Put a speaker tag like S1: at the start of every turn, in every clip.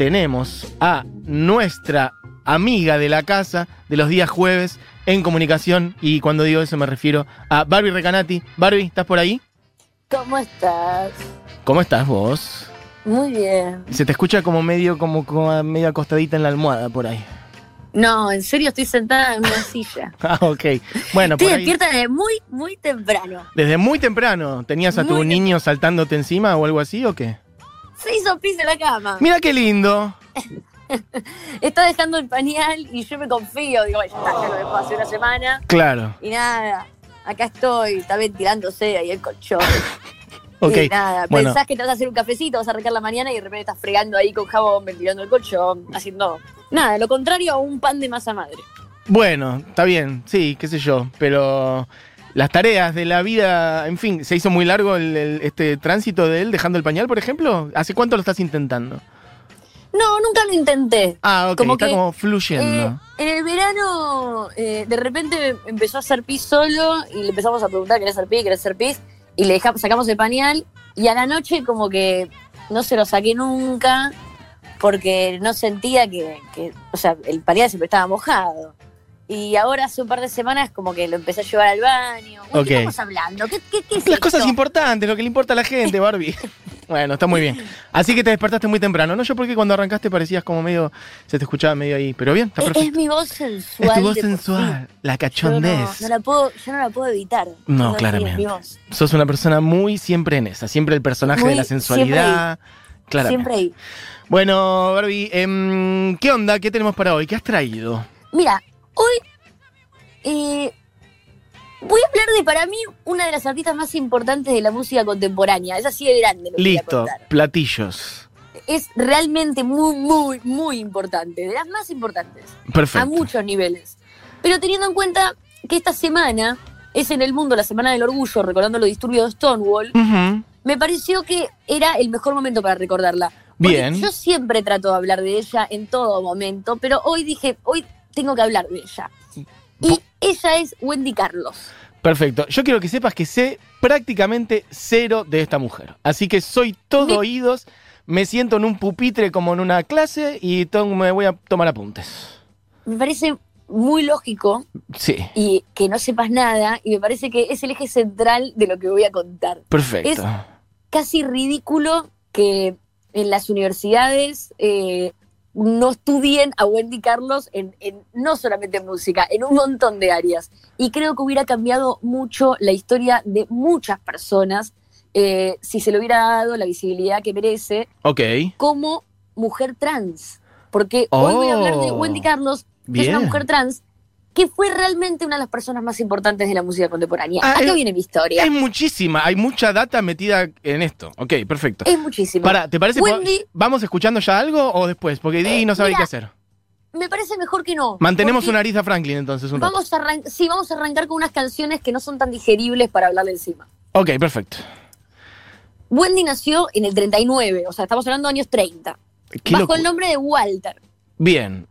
S1: tenemos a nuestra amiga de la casa de los días jueves en comunicación. Y cuando digo eso me refiero a Barbie Recanati. Barbie, ¿estás por ahí?
S2: ¿Cómo estás?
S1: ¿Cómo estás vos?
S2: Muy bien.
S1: Se te escucha como medio, como, como medio acostadita en la almohada por ahí.
S2: No, en serio estoy sentada en una silla.
S1: Ah, ok. Bueno,
S2: Estoy
S1: por ahí-
S2: despierta desde muy, muy temprano.
S1: desde muy temprano, ¿tenías a tu
S2: Muy-
S1: niño saltándote encima o algo así o qué?
S2: Se hizo pis en la cama.
S1: Mira qué lindo.
S2: Está dejando el pañal y yo me confío. Digo, "Ay, ya está, ya lo dejó hace una semana.
S1: Claro.
S2: Y nada, acá estoy. Está ventilándose ahí el colchón.
S1: Ok.
S2: Y nada,
S1: bueno.
S2: pensás que te vas a hacer un cafecito, vas a arrancar la mañana y de repente estás fregando ahí con jabón, ventilando el colchón, haciendo nada, lo contrario a un pan de masa madre.
S1: Bueno, está bien, sí, qué sé yo, pero las tareas de la vida, en fin, ¿se hizo muy largo el, el- este tránsito de él dejando el pañal, por ejemplo? ¿Hace cuánto lo estás intentando?
S2: No, nunca lo intenté.
S1: Ah, ok,
S2: Como
S1: está
S2: que,
S1: como fluyendo.
S2: Eh, en el verano, eh, de repente empezó a hacer pis solo y le empezamos a preguntar, ¿querés hacer pis? ¿Querés hacer pis? Y le dejamos, sacamos el pañal y a la noche como que no se lo saqué nunca porque no sentía que, que- o sea, el pañal siempre estaba mojado. Y ahora hace un par de semanas como que lo empecé a llevar al baño. Uy,
S1: Ok.
S2: ¿Qué estamos hablando? ¿Qué, qué, qué es
S1: Las
S2: esto?
S1: cosas importantes, lo que le importa a la gente, Barbie. bueno, está muy bien. Así que te despertaste muy temprano, ¿no? Yo porque cuando arrancaste parecías como medio, se te escuchaba medio ahí, pero bien, está
S2: Es- es,
S1: perfecto.
S2: mi voz sensual.
S1: es tu voz
S2: de por sí.
S1: sensual, la
S2: Yo no,
S1: cachondez.
S2: no la puedo, yo no la puedo evitar.
S1: No,
S2: Es así, es
S1: claramente.
S2: mi voz.
S1: Sos una persona muy siempre en esa, siempre el personaje de
S2: Muy
S1: la sensualidad. Claramente.
S2: Siempre ahí.
S1: Bueno, Barbie, em, ¿qué onda? ¿Qué tenemos para hoy? ¿Qué has traído?
S2: Mira, hoy eh, voy a hablar de para mí una de las artistas más importantes de la música contemporánea. Es así de grande lo que voy a
S1: Listo,
S2: contar.
S1: platillos.
S2: Es realmente muy, muy, muy importante. De las más importantes. A
S1: Perfecto.
S2: muchos niveles. Pero teniendo en cuenta que esta semana es en el mundo la Semana del Orgullo, recordando los disturbios de Stonewall,
S1: Ujú,
S2: me pareció que era el mejor momento para recordarla. Porque
S1: Bien.
S2: Yo siempre trato de hablar de ella en todo momento, pero hoy dije, hoy tengo que hablar de ella. Y ella es Wendy Carlos.
S1: Perfecto. Yo quiero que sepas que sé prácticamente cero de esta mujer. Así que soy todo
S2: Me-
S1: oídos, me siento en un pupitre como en una clase y to- me voy a tomar apuntes.
S2: Me parece muy lógico
S1: Sí,
S2: y que no sepas nada, y me parece que es el eje central de lo que voy a contar.
S1: perfecto.
S2: Casi ridículo que en las universidades eh, no estudien a Wendy Carlos en, en- no solamente en música, en un montón de áreas. Y creo que hubiera cambiado mucho la historia de muchas personas eh, si se le hubiera dado la visibilidad que merece
S1: Ok,
S2: como mujer trans. Porque hoy voy a hablar de
S1: Oh.
S2: Wendy Carlos, que es
S1: bien.
S2: una mujer trans que fue realmente una de las personas más importantes de la música contemporánea.
S1: Ah,
S2: Acá
S1: es-
S2: viene mi historia.
S1: Es
S2: Es,
S1: muchísima, hay mucha data metida en esto. Ok, perfecto.
S2: muchísimo.
S1: Para, ¿te parece?
S2: Wendy-
S1: ¿Vamos escuchando ya algo o después? Porque Di
S2: Eh,
S1: no sabe
S2: mira,
S1: qué hacer.
S2: Me parece mejor que no.
S1: Mantenemos
S2: porque
S1: una Arisa Franklin entonces un rato.
S2: Vamos a arran- sí, vamos a arrancar con unas canciones que no son tan digeribles para hablar de encima.
S1: Ok, perfecto.
S2: Wendy nació en el 39, o sea, estamos hablando de años 30,
S1: Qué
S2: bajo
S1: locu- Mm.
S2: el nombre de Walter,
S1: Bien.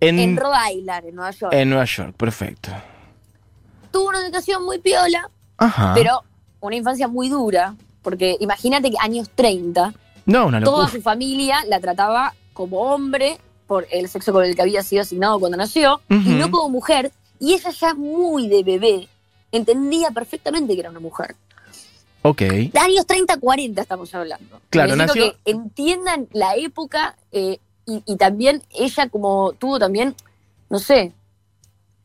S1: En,
S2: en Rhode Island, en Nueva York.
S1: en Nueva York, perfecto.
S2: Tuvo una educación muy piola,
S1: Ajá.
S2: pero una infancia muy dura, porque imagínate que años 30,
S1: no, una
S2: toda
S1: locura.
S2: su familia la trataba como hombre por el sexo con el que había sido asignado cuando nació,
S1: Ujú.
S2: y no como mujer, y ella ya muy de bebé entendía perfectamente que era una mujer.
S1: Ok.
S2: De años 30, 40 estamos hablando.
S1: Claro,
S2: Necesito
S1: nació-
S2: que entiendan la época eh, y, y también ella como tuvo también, no sé,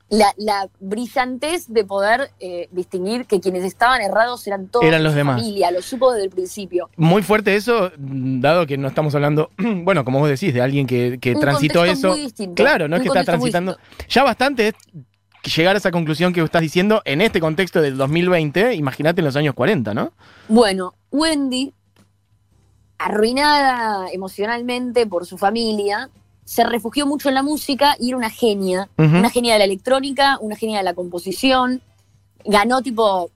S2: la, la brillantez de poder eh, distinguir que quienes estaban errados eran todos
S1: Eran
S2: de
S1: los
S2: su
S1: demás.
S2: familia, lo supo desde el principio.
S1: Muy fuerte eso, dado que no estamos hablando, bueno, como vos decís, de alguien que, que
S2: Un
S1: transitó
S2: contexto
S1: eso.
S2: muy distinto,
S1: Claro, no es
S2: un
S1: que está
S2: contexto muy
S1: transitando. Ya bastante es llegar a esa conclusión que vos estás diciendo en este contexto del 2020, imagínate en los años 40, ¿no?
S2: Bueno, Wendy, arruinada emocionalmente por su familia, se refugió mucho en la música y era una genia.
S1: Ujú.
S2: Una genia de la electrónica, una genia de la composición. Ganó tipo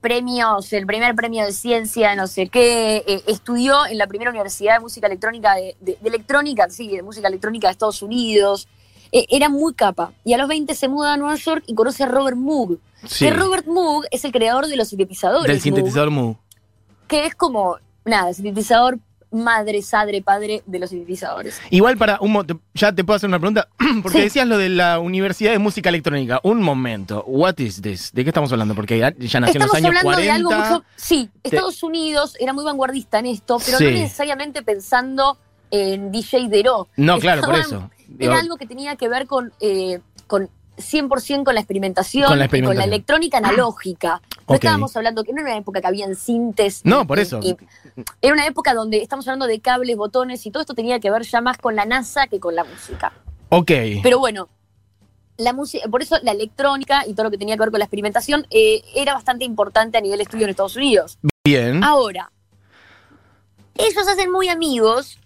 S2: premios, el primer premio de ciencia, no sé qué. eh, estudió en la primera universidad de música electrónica, de, de- de electrónica, sí, de música electrónica de Estados Unidos. Eh, era muy capa. Y a los 20 se muda a Nueva York y conoce a Robert Moog.
S1: Sí.
S2: Que Robert Moog es el creador de los sintetizadores.
S1: Del
S2: Moog
S1: sintetizador Moog.
S2: que es como, nada, sintetizador madre, sadre, padre de los sintetizadores.
S1: Igual para un mo- te- ya te puedo hacer una pregunta, porque
S2: Sí.
S1: decías lo de la Universidad de Música Electrónica. Un momento, what is this? ¿De qué estamos hablando? Porque ya, ya nació
S2: Estamos
S1: en los años
S2: hablando
S1: 40.
S2: de algo mucho. Sí,
S1: Te-
S2: Estados Unidos era muy vanguardista en esto, pero
S1: Sí.
S2: no necesariamente pensando en DJ Dero.
S1: No, claro, por
S2: Estaban-
S1: eso. Digo,
S2: Era algo que tenía que ver con, eh, con 100% con la experimentación,
S1: Con la
S2: y con la
S1: experimentación.
S2: electrónica analógica. No
S1: Ok.
S2: estábamos hablando que no era una época que habían sintes.
S1: No,
S2: y-
S1: por
S2: y-
S1: eso.
S2: y- era una época donde estamos hablando de cables, botones y todo esto tenía que ver ya más con la NASA que con la música.
S1: ok.
S2: Pero bueno, la música, por eso la electrónica y todo lo que tenía que ver con la experimentación eh, era bastante importante a nivel estudio en Estados Unidos.
S1: Bien.
S2: Ahora, ellos hacen muy amigos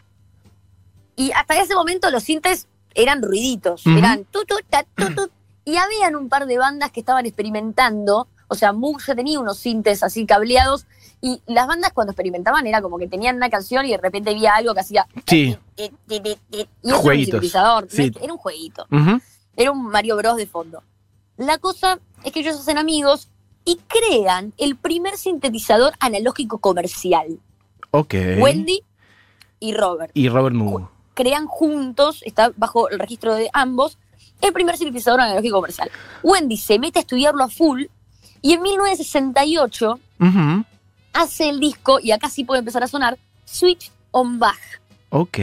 S2: y hasta ese momento los sintes eran ruiditos,
S1: Ujú.
S2: eran tu, tu, ta, tu, tu, y habían un par de bandas que estaban experimentando, o sea, Moog ya tenía unos sintes así cableados y las bandas cuando experimentaban era como que tenían una canción y de repente había algo que hacía
S1: Sí.
S2: y eso era un
S1: Jueguitos.
S2: sintetizador, no
S1: Sí.
S2: es que- era un jueguito.
S1: Ujú.
S2: Era un Mario Bros de fondo. La cosa es que ellos hacen amigos y crean el primer sintetizador analógico comercial.
S1: Ok.
S2: Wendy y Robert
S1: Y Robert Moog.
S2: crean juntos, está bajo el registro de ambos, el primer sintetizador analógico comercial. Wendy se mete a estudiarlo a full y en 1968
S1: Ujú.
S2: hace el disco, y acá sí puede empezar a sonar, Switch on Bach.
S1: Ok.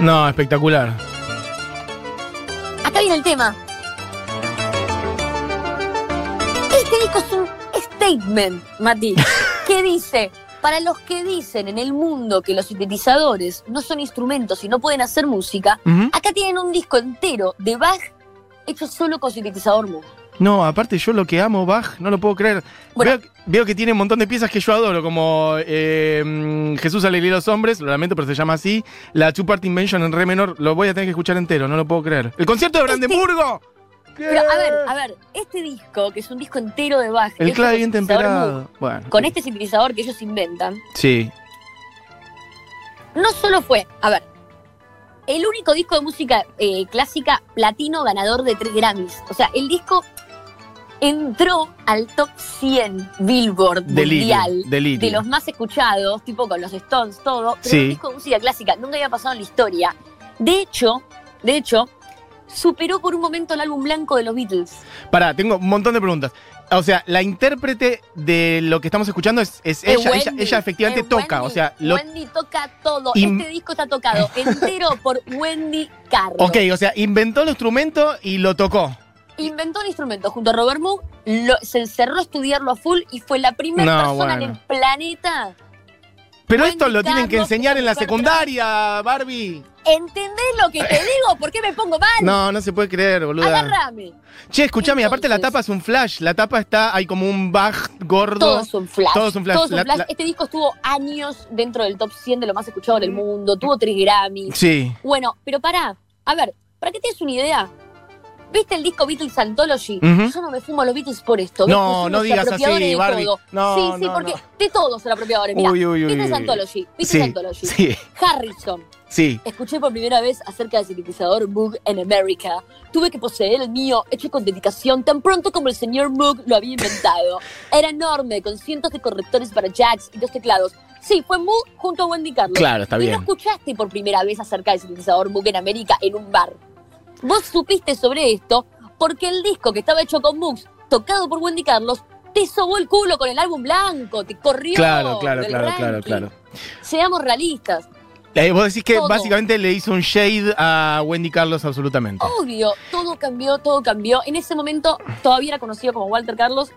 S1: No, espectacular.
S2: Acá viene el tema. Este disco es un statement, Mati, que dice, para los que dicen en el mundo que los sintetizadores no son instrumentos y no pueden hacer música,
S1: Ujú.
S2: acá tienen un disco entero de Bach hecho solo con sintetizador Moog.
S1: No, aparte yo lo que amo, Bach, no lo puedo creer.
S2: Bueno.
S1: Veo, veo que tiene un montón de piezas que yo adoro, como eh, mm, Jesús Alegría de los Hombres, lo lamento, pero se llama así. La Two Part Invention en re menor, lo voy a tener que escuchar entero, no lo puedo creer. ¡El concierto de Brandenburgo!
S2: Este. Pero a ver, a ver, este disco, que es un disco entero de Bach,
S1: El
S2: hecho
S1: clave
S2: con
S1: bien
S2: sintetizador Moog,
S1: temperado. Bueno.
S2: con este sintetizador que ellos inventan,
S1: Sí.
S2: no solo fue, a ver, el único disco de música eh, clásica platino ganador de tres Grammys. O sea, el disco entró al top 100 Billboard
S1: Delirio.
S2: mundial de
S1: Delirio.
S2: los más escuchados, tipo con los Stones, todo. Pero
S1: Sí.
S2: era un disco de música clásica nunca había pasado en la historia. De hecho, de hecho, superó por un momento el álbum blanco de los Beatles.
S1: Pará, tengo un montón de preguntas. O sea, la intérprete de lo que estamos escuchando es, es
S2: Es
S1: ella, ella.
S2: Wendy,
S1: ella efectivamente
S2: es
S1: toca.
S2: Wendy,
S1: O sea, lo,
S2: Wendy toca todo.
S1: Im-
S2: Este disco está tocado entero por Wendy Carlos.
S1: ok, o sea, inventó el instrumento y lo tocó.
S2: inventó un instrumento junto a Robert Moog, lo- se encerró a estudiarlo a full y fue la primera
S1: No,
S2: persona en
S1: bueno.
S2: el planeta.
S1: Pero
S2: Wendy
S1: esto lo tienen que
S2: Carlos,
S1: enseñar en la
S2: Wendy
S1: secundaria, Barbie.
S2: ¿Entendés lo que te digo? ¿Por qué me pongo mal?
S1: No, no se puede creer, boluda.
S2: Agárrame.
S1: Che, escuchame, aparte la
S2: Entonces.
S1: tapa es un flash. La tapa está, hay como un bag gordo.
S2: Todo es un flash.
S1: todo es un flash. La- la-
S2: Este disco estuvo años dentro del top 100 de lo más escuchado del mundo. Tuvo tres Grammys.
S1: Mm. Sí.
S2: Bueno, pero pará. A ver, ¿para qué tienes una idea? ¿Viste el disco Beatles Anthology?
S1: Ujú.
S2: Yo no me fumo a los Beatles por
S1: No,
S2: esto. Beatles son
S1: no
S2: los
S1: digas así,
S2: apropiadores de
S1: Barbie.
S2: todo.
S1: No,
S2: sí, sí,
S1: no,
S2: porque
S1: no.
S2: de todos son apropiadores. Mirá,
S1: Uy, uy, uy,
S2: Beatles
S1: uy.
S2: Anthology. Beatles
S1: Sí,
S2: Anthology.
S1: sí,
S2: Harrison.
S1: sí.
S2: Escuché por primera vez acerca del sintetizador Moog en América. Tuve que poseer el mío, hecho con dedicación, tan pronto como el señor Moog lo había inventado. Era enorme, con cientos de correctores para jacks y dos teclados. Sí, fue Moog junto a Wendy Carlos.
S1: Claro, está
S2: y no
S1: bien.
S2: escuchaste por primera vez acerca del sintetizador Moog en América en un bar. Vos supiste sobre esto porque el disco que estaba hecho con Moogs, tocado por Wendy Carlos, te sobó el culo con el álbum blanco, te corrió.
S1: Claro, claro,
S2: del
S1: claro, claro,
S2: ranking.
S1: claro.
S2: Seamos realistas.
S1: Eh, vos decís que
S2: Todo.
S1: básicamente le hizo un shade a Wendy Carlos absolutamente.
S2: Obvio, todo cambió, todo cambió. En ese momento todavía era conocido como Walter Carlos.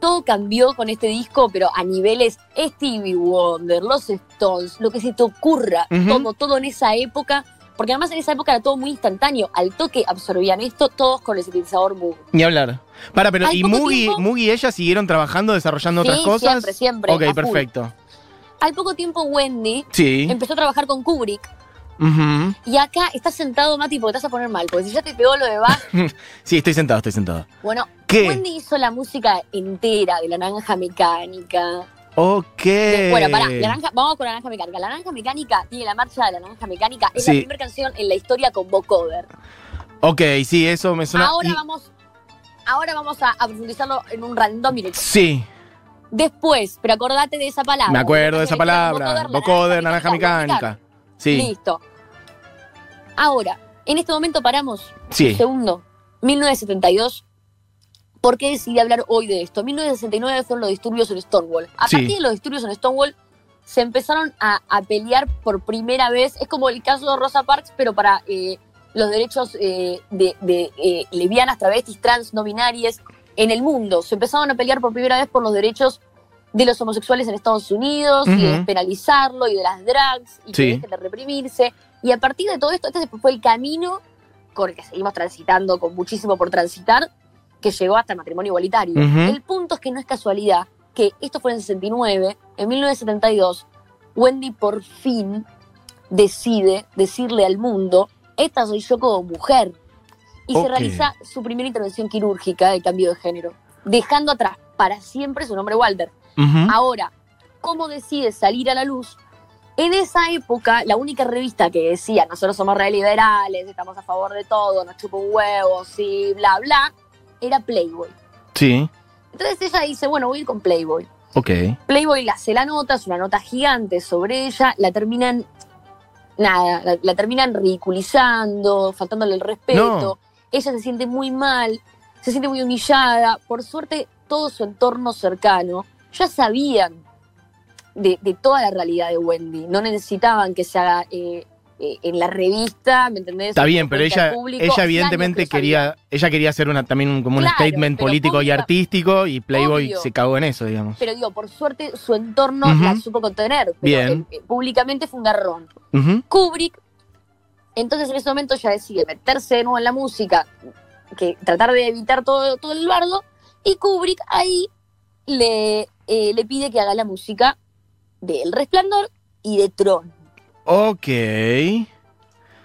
S2: Todo cambió con este disco, pero a niveles Stevie Wonder, los Stones, lo que se te ocurra,
S1: Ujú.
S2: todo, todo en esa época. Porque además en esa época era todo muy instantáneo. Al toque absorbían esto, todos con el sintetizador Moog.
S1: Ni hablar. Para, pero
S2: Al
S1: ¿y
S2: poco
S1: Mugi,
S2: tiempo-
S1: Mugi y ella siguieron trabajando, desarrollando
S2: Sí,
S1: otras cosas?
S2: siempre, siempre, a
S1: ok,
S2: full.
S1: perfecto.
S2: Al poco tiempo Wendy
S1: Sí.
S2: empezó a trabajar con Kubrick.
S1: Ujú.
S2: Y acá estás sentado, Mati, porque te vas a poner mal. Porque si ya te pegó lo de Bach,
S1: Sí, estoy sentado, estoy sentado.
S2: bueno,
S1: ¿Qué?
S2: Wendy hizo la música entera de La Naranja Mecánica.
S1: Ok.
S2: De- Bueno, pará,
S1: Eh.
S2: la naranja- vamos con la naranja mecánica. La naranja mecánica tiene la marcha de la naranja mecánica. Es
S1: Sí.
S2: la primera canción en la historia con vocoder.
S1: Ok, sí, eso me suena.
S2: ahora
S1: y-
S2: vamos, ahora vamos a, a profundizarlo en un random minuto.
S1: Sí.
S2: después, pero acordate de esa palabra.
S1: Me acuerdo de esa
S2: Entonces, era
S1: palabra.
S2: vocoder,
S1: Vocoder, naranja mecánica. Sí,
S2: Listo. Ahora, en este momento paramos.
S1: sí.
S2: Segundo, 1972. ¿Por qué decidí hablar hoy de esto? 1969 fueron los disturbios en Stonewall. A
S1: Sí.
S2: partir de los disturbios en Stonewall se empezaron a, a pelear por primera vez. Es como el caso de Rosa Parks, pero para eh, los derechos eh, de, de, eh, lesbianas, travestis, trans, no binarias en el mundo. Se empezaron a pelear por primera vez por los derechos de los homosexuales en Estados Unidos y de
S1: Ujú.
S2: despenalizarlo y de las drags
S1: Sí.
S2: y que dejen de reprimirse. Y a partir de todo esto, este fue el camino con el que seguimos transitando, con muchísimo por transitar, que llegó hasta el matrimonio igualitario.
S1: Ujú.
S2: El punto es que no es casualidad que esto fue en el 69, en 1972, Wendy por fin decide decirle al mundo, esta soy yo como mujer. Y
S1: Ok.
S2: se realiza su primera intervención quirúrgica de cambio de género, dejando atrás para siempre su nombre Walter.
S1: Ujú.
S2: Ahora, ¿cómo decide salir a la luz? En esa época, la única revista que decía nosotros somos re liberales, estamos a favor de todo, nos chupa un huevo, sí, bla, bla, era Playboy.
S1: Sí,
S2: Entonces ella dice, bueno, voy a ir con Playboy.
S1: ok.
S2: Playboy le hace la nota, es una nota gigante sobre ella, la terminan, nada, la, la terminan ridiculizando, faltándole el respeto, ella se siente muy mal, se siente muy humillada, por suerte todo su entorno cercano ya sabían de, de toda la realidad de Wendy, no necesitaban que se haga eh, eh, en la revista, ¿me entendés?
S1: Está bien, pero
S2: Frente al
S1: ella,
S2: público, hace
S1: ella
S2: años
S1: evidentemente
S2: que lo sabían.
S1: quería, ella quería hacer una, también un- como un
S2: Claro,
S1: statement
S2: pero
S1: político y
S2: pública-
S1: artístico y Playboy
S2: Obvio.
S1: se cagó en eso, digamos.
S2: Pero digo, por suerte su entorno
S1: Ujú.
S2: la supo contener, pero
S1: Bien.
S2: eh, públicamente fue un garrón.
S1: Ujú.
S2: Kubrick. Entonces en ese momento ya decide meterse de nuevo en la música, que tratar de evitar todo, todo el bardo, y Kubrick ahí le, eh, le pide que haga la música de El Resplandor y de Tron.
S1: Ok.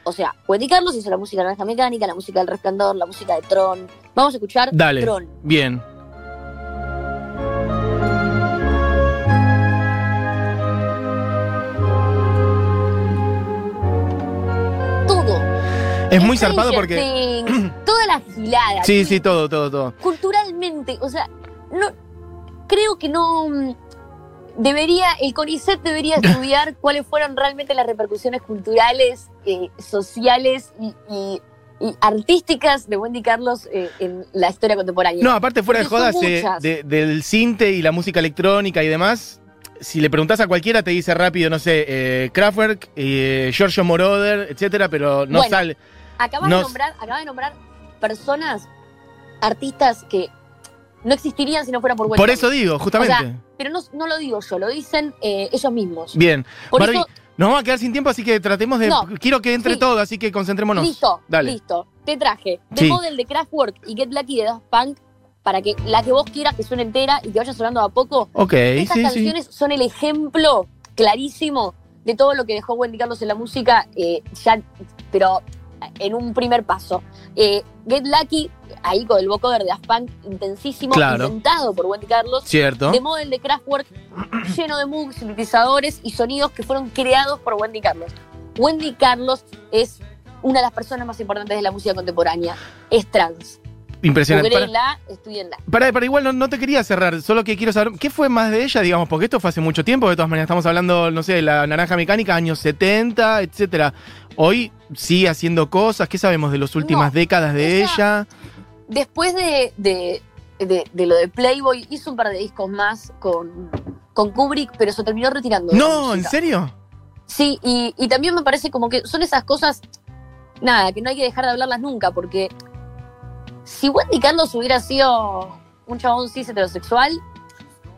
S2: O sea, Wendy Carlos hizo la música de Naranja Mecánica, la música del Resplandor, la música de Tron. Vamos a escuchar
S1: Dale.
S2: Tron.
S1: Bien.
S2: Todo.
S1: Es muy
S2: Stranger
S1: zarpado porque.
S2: Things, toda la gilada.
S1: Sí, sí, todo, todo, todo.
S2: culturalmente, o sea, no creo que no mm, debería el CONICET debería estudiar cuáles fueron realmente las repercusiones culturales, eh, sociales y, y- y artísticas de Wendy Carlos eh, en la historia contemporánea.
S1: No, aparte, fuera de
S2: Porque son
S1: jodas, eh,
S2: muchas.
S1: de- del cinte y la música electrónica y demás, si le preguntás a cualquiera, te dice rápido, no sé, eh, Kraftwerk, eh, Giorgio Moroder, etcétera, pero no
S2: Bueno.
S1: sale.
S2: acabas
S1: no-
S2: de nombrar, acabas de nombrar personas, artistas que no existirían si no fuera por Wendy.
S1: Por eso digo, justamente.
S2: Pero no, no lo digo yo, lo dicen eh, ellos mismos.
S1: Bien.
S2: Por
S1: Barbie,
S2: eso,
S1: nos vamos a quedar sin tiempo, así que tratemos de.
S2: No.
S1: Quiero que entre
S2: Sí.
S1: todo, así que concentrémonos.
S2: Listo,
S1: Dale.
S2: listo. Te traje The
S1: Sí.
S2: Model de Kraftwerk y Get Lucky de Daft Punk para que la que vos quieras que suene entera y que vaya sonando de a poco.
S1: Ok,
S2: Estas
S1: sí, sí.
S2: canciones son el ejemplo clarísimo de todo lo que dejó Wendy Carlos en la música, eh, ya, pero en un primer paso. Eh, Get Lucky, ahí con el vocoder de Daft Punk intensísimo,
S1: Claro.
S2: inventado por Wendy Carlos.
S1: Cierto.
S2: The Model de Kraftwerk, lleno de mugs, sintetizadores y sonidos que fueron creados por Wendy Carlos. Wendy Carlos es una de las personas más importantes de la música contemporánea. Es trans.
S1: Impresionante. Para-
S2: Cubrenla, estudienla.
S1: Pará, pará, igual no, no te quería cerrar, solo que quiero saber, ¿qué fue más de ella, digamos? Porque esto fue hace mucho tiempo, de todas maneras, estamos hablando, no sé, de la naranja mecánica, años 70, etcétera. Hoy sigue haciendo cosas, ¿qué sabemos de las últimas
S2: No,
S1: décadas de ella?
S2: ella- Después de, de- de- de lo de Playboy, hizo un par de discos más con, con Kubrick, pero se terminó retirando. de la
S1: No, ¿en
S2: música.
S1: serio?
S2: Sí, y, y también me parece como que son esas cosas, nada, que no hay que dejar de hablarlas nunca, porque si Wendy Carlos hubiera sido un chabón cis heterosexual,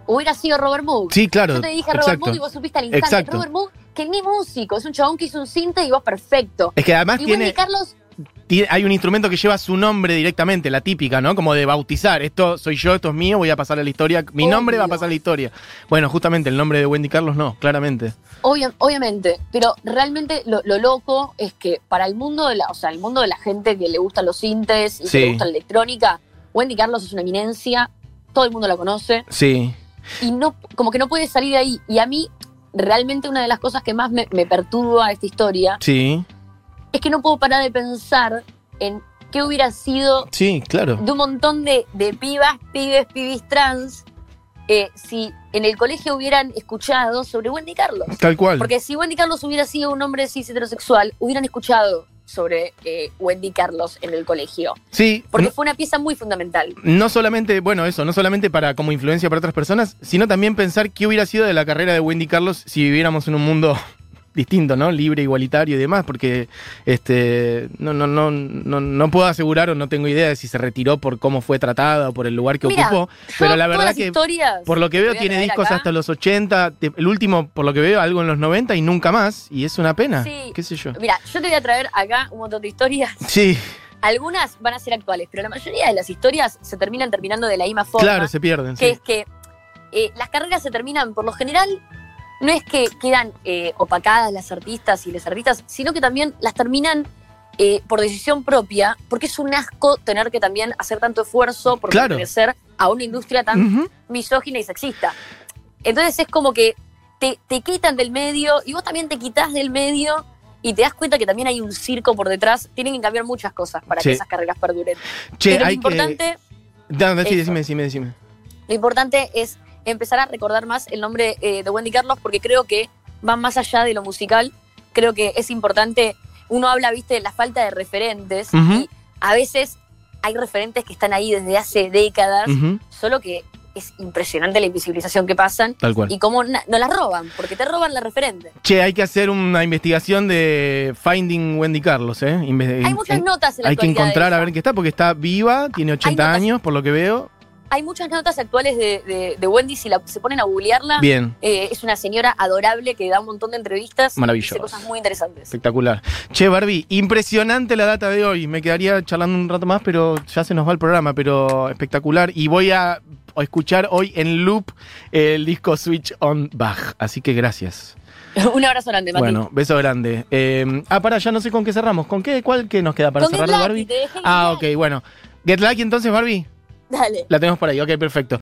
S2: hubiera sido Robert Moog.
S1: Sí, claro.
S2: Yo te dije Robert
S1: exacto.
S2: Moog y vos supiste al instante.
S1: Exacto.
S2: Robert Moog, que ni músico, es un chabón que hizo un cinta y vos perfecto.
S1: Es que además
S2: Y
S1: tiene,
S2: Wendy Carlos,
S1: tiene- hay un instrumento que lleva su nombre directamente, la típica, ¿no? Como de bautizar, esto soy yo, esto es mío, voy a pasar a la historia, mi
S2: Obvio.
S1: nombre va a pasar a la historia. Bueno, justamente el nombre de Wendy Carlos no, claramente.
S2: obvia- obviamente, pero realmente lo, lo loco es que para el mundo de la, o sea, el mundo de la gente que le gustan los cintes y
S1: Sí.
S2: que le gusta la electrónica, Wendy Carlos es una eminencia, todo el mundo la conoce.
S1: Sí.
S2: y no, como que no puede salir de ahí. Y a mí, realmente una de las cosas que más me, me perturba de esta historia
S1: Sí.
S2: es que no puedo parar de pensar en qué hubiera sido
S1: Sí, claro.
S2: de un montón de, de pibas, pibes, pibis trans eh, si en el colegio hubieran escuchado sobre Wendy Carlos.
S1: Tal cual.
S2: Porque si Wendy Carlos hubiera sido un hombre cis heterosexual, hubieran escuchado sobre eh, Wendy Carlos en el colegio.
S1: sí,
S2: Porque
S1: no-
S2: fue una pieza muy fundamental.
S1: no solamente, bueno, eso, no solamente para como influencia para otras personas, sino también pensar qué hubiera sido de la carrera de Wendy Carlos si viviéramos en un mundo distinto, ¿no? Libre, igualitario y demás, porque este no no no no no puedo asegurar o no tengo idea de si se retiró por cómo fue tratada o por el lugar que
S2: Mira,
S1: ocupó,
S2: Yo
S1: pero la
S2: todas
S1: verdad
S2: las
S1: que
S2: historias
S1: por lo que veo
S2: voy a
S1: tiene
S2: traer
S1: discos
S2: acá.
S1: hasta los 80, te- el último por lo que veo algo en los 90 y nunca más y es una pena,
S2: Sí.
S1: qué sé yo.
S2: Mira, yo te voy a traer acá un montón de historias.
S1: Sí,
S2: Algunas van a ser actuales, pero la mayoría de las historias se terminan terminando de la misma forma.
S1: claro, se pierden.
S2: que
S1: sí.
S2: es que eh, las carreras se terminan, por lo general, no es que quedan eh, opacadas las artistas y los artistas, sino que también las terminan eh, por decisión propia, porque es un asco tener que también hacer tanto esfuerzo por
S1: Claro.
S2: pertenecer a una industria tan
S1: Ujú.
S2: misógina y sexista. Entonces es como que te, te quitan del medio y vos también te quitas del medio. Y te das cuenta que también hay un circo por detrás. Tienen que cambiar muchas cosas para
S1: Sí.
S2: que esas carreras perduren.
S1: Che,
S2: Pero lo
S1: hay
S2: importante
S1: que No, no, sí,
S2: Eso.
S1: decime, decime, decime.
S2: lo importante es empezar a recordar más el nombre eh, de Wendy Carlos porque creo que va más allá de lo musical. Creo que es importante. Uno habla, viste, de la falta de referentes
S1: Ujú.
S2: y a veces hay referentes que están ahí desde hace décadas,
S1: Ujú,
S2: solo que es impresionante la invisibilización que pasan
S1: Tal cual.
S2: y cómo na- no las roban, porque te roban la referente.
S1: Che, hay que hacer una investigación de Finding Wendy Carlos, ¿eh? Inve-
S2: Hay muchas
S1: en-
S2: notas en la
S1: hay que
S2: actualidad de
S1: encontrar a
S2: ella.
S1: ver qué está, porque está viva, tiene 80
S2: notas.
S1: años, por lo que veo.
S2: Hay muchas notas actuales de, de- de Wendy, si la, se ponen a googlearla,
S1: Bien,
S2: eh, es una señora adorable que da un montón de entrevistas y
S1: Maravilloso.
S2: hace cosas muy interesantes.
S1: espectacular. Che, Barbie, impresionante la data de hoy. Me quedaría charlando un rato más, pero ya se nos va el programa, pero espectacular. Y voy a escuchar hoy en loop el disco Switch on Bach. Así que gracias.
S2: Un abrazo grande, Mati.
S1: Bueno, beso grande. Eh, ah, para, ya no sé con qué cerramos. ¿Con qué? ¿Cuál que nos queda para
S2: Con Get
S1: cerrar,
S2: Lucky,
S1: Barbie?
S2: te dejé
S1: Ah,
S2: Get
S1: ok, bueno. Get Lucky entonces, Barbie.
S2: Lucky. Dale.
S1: La tenemos por ahí, ok, perfecto.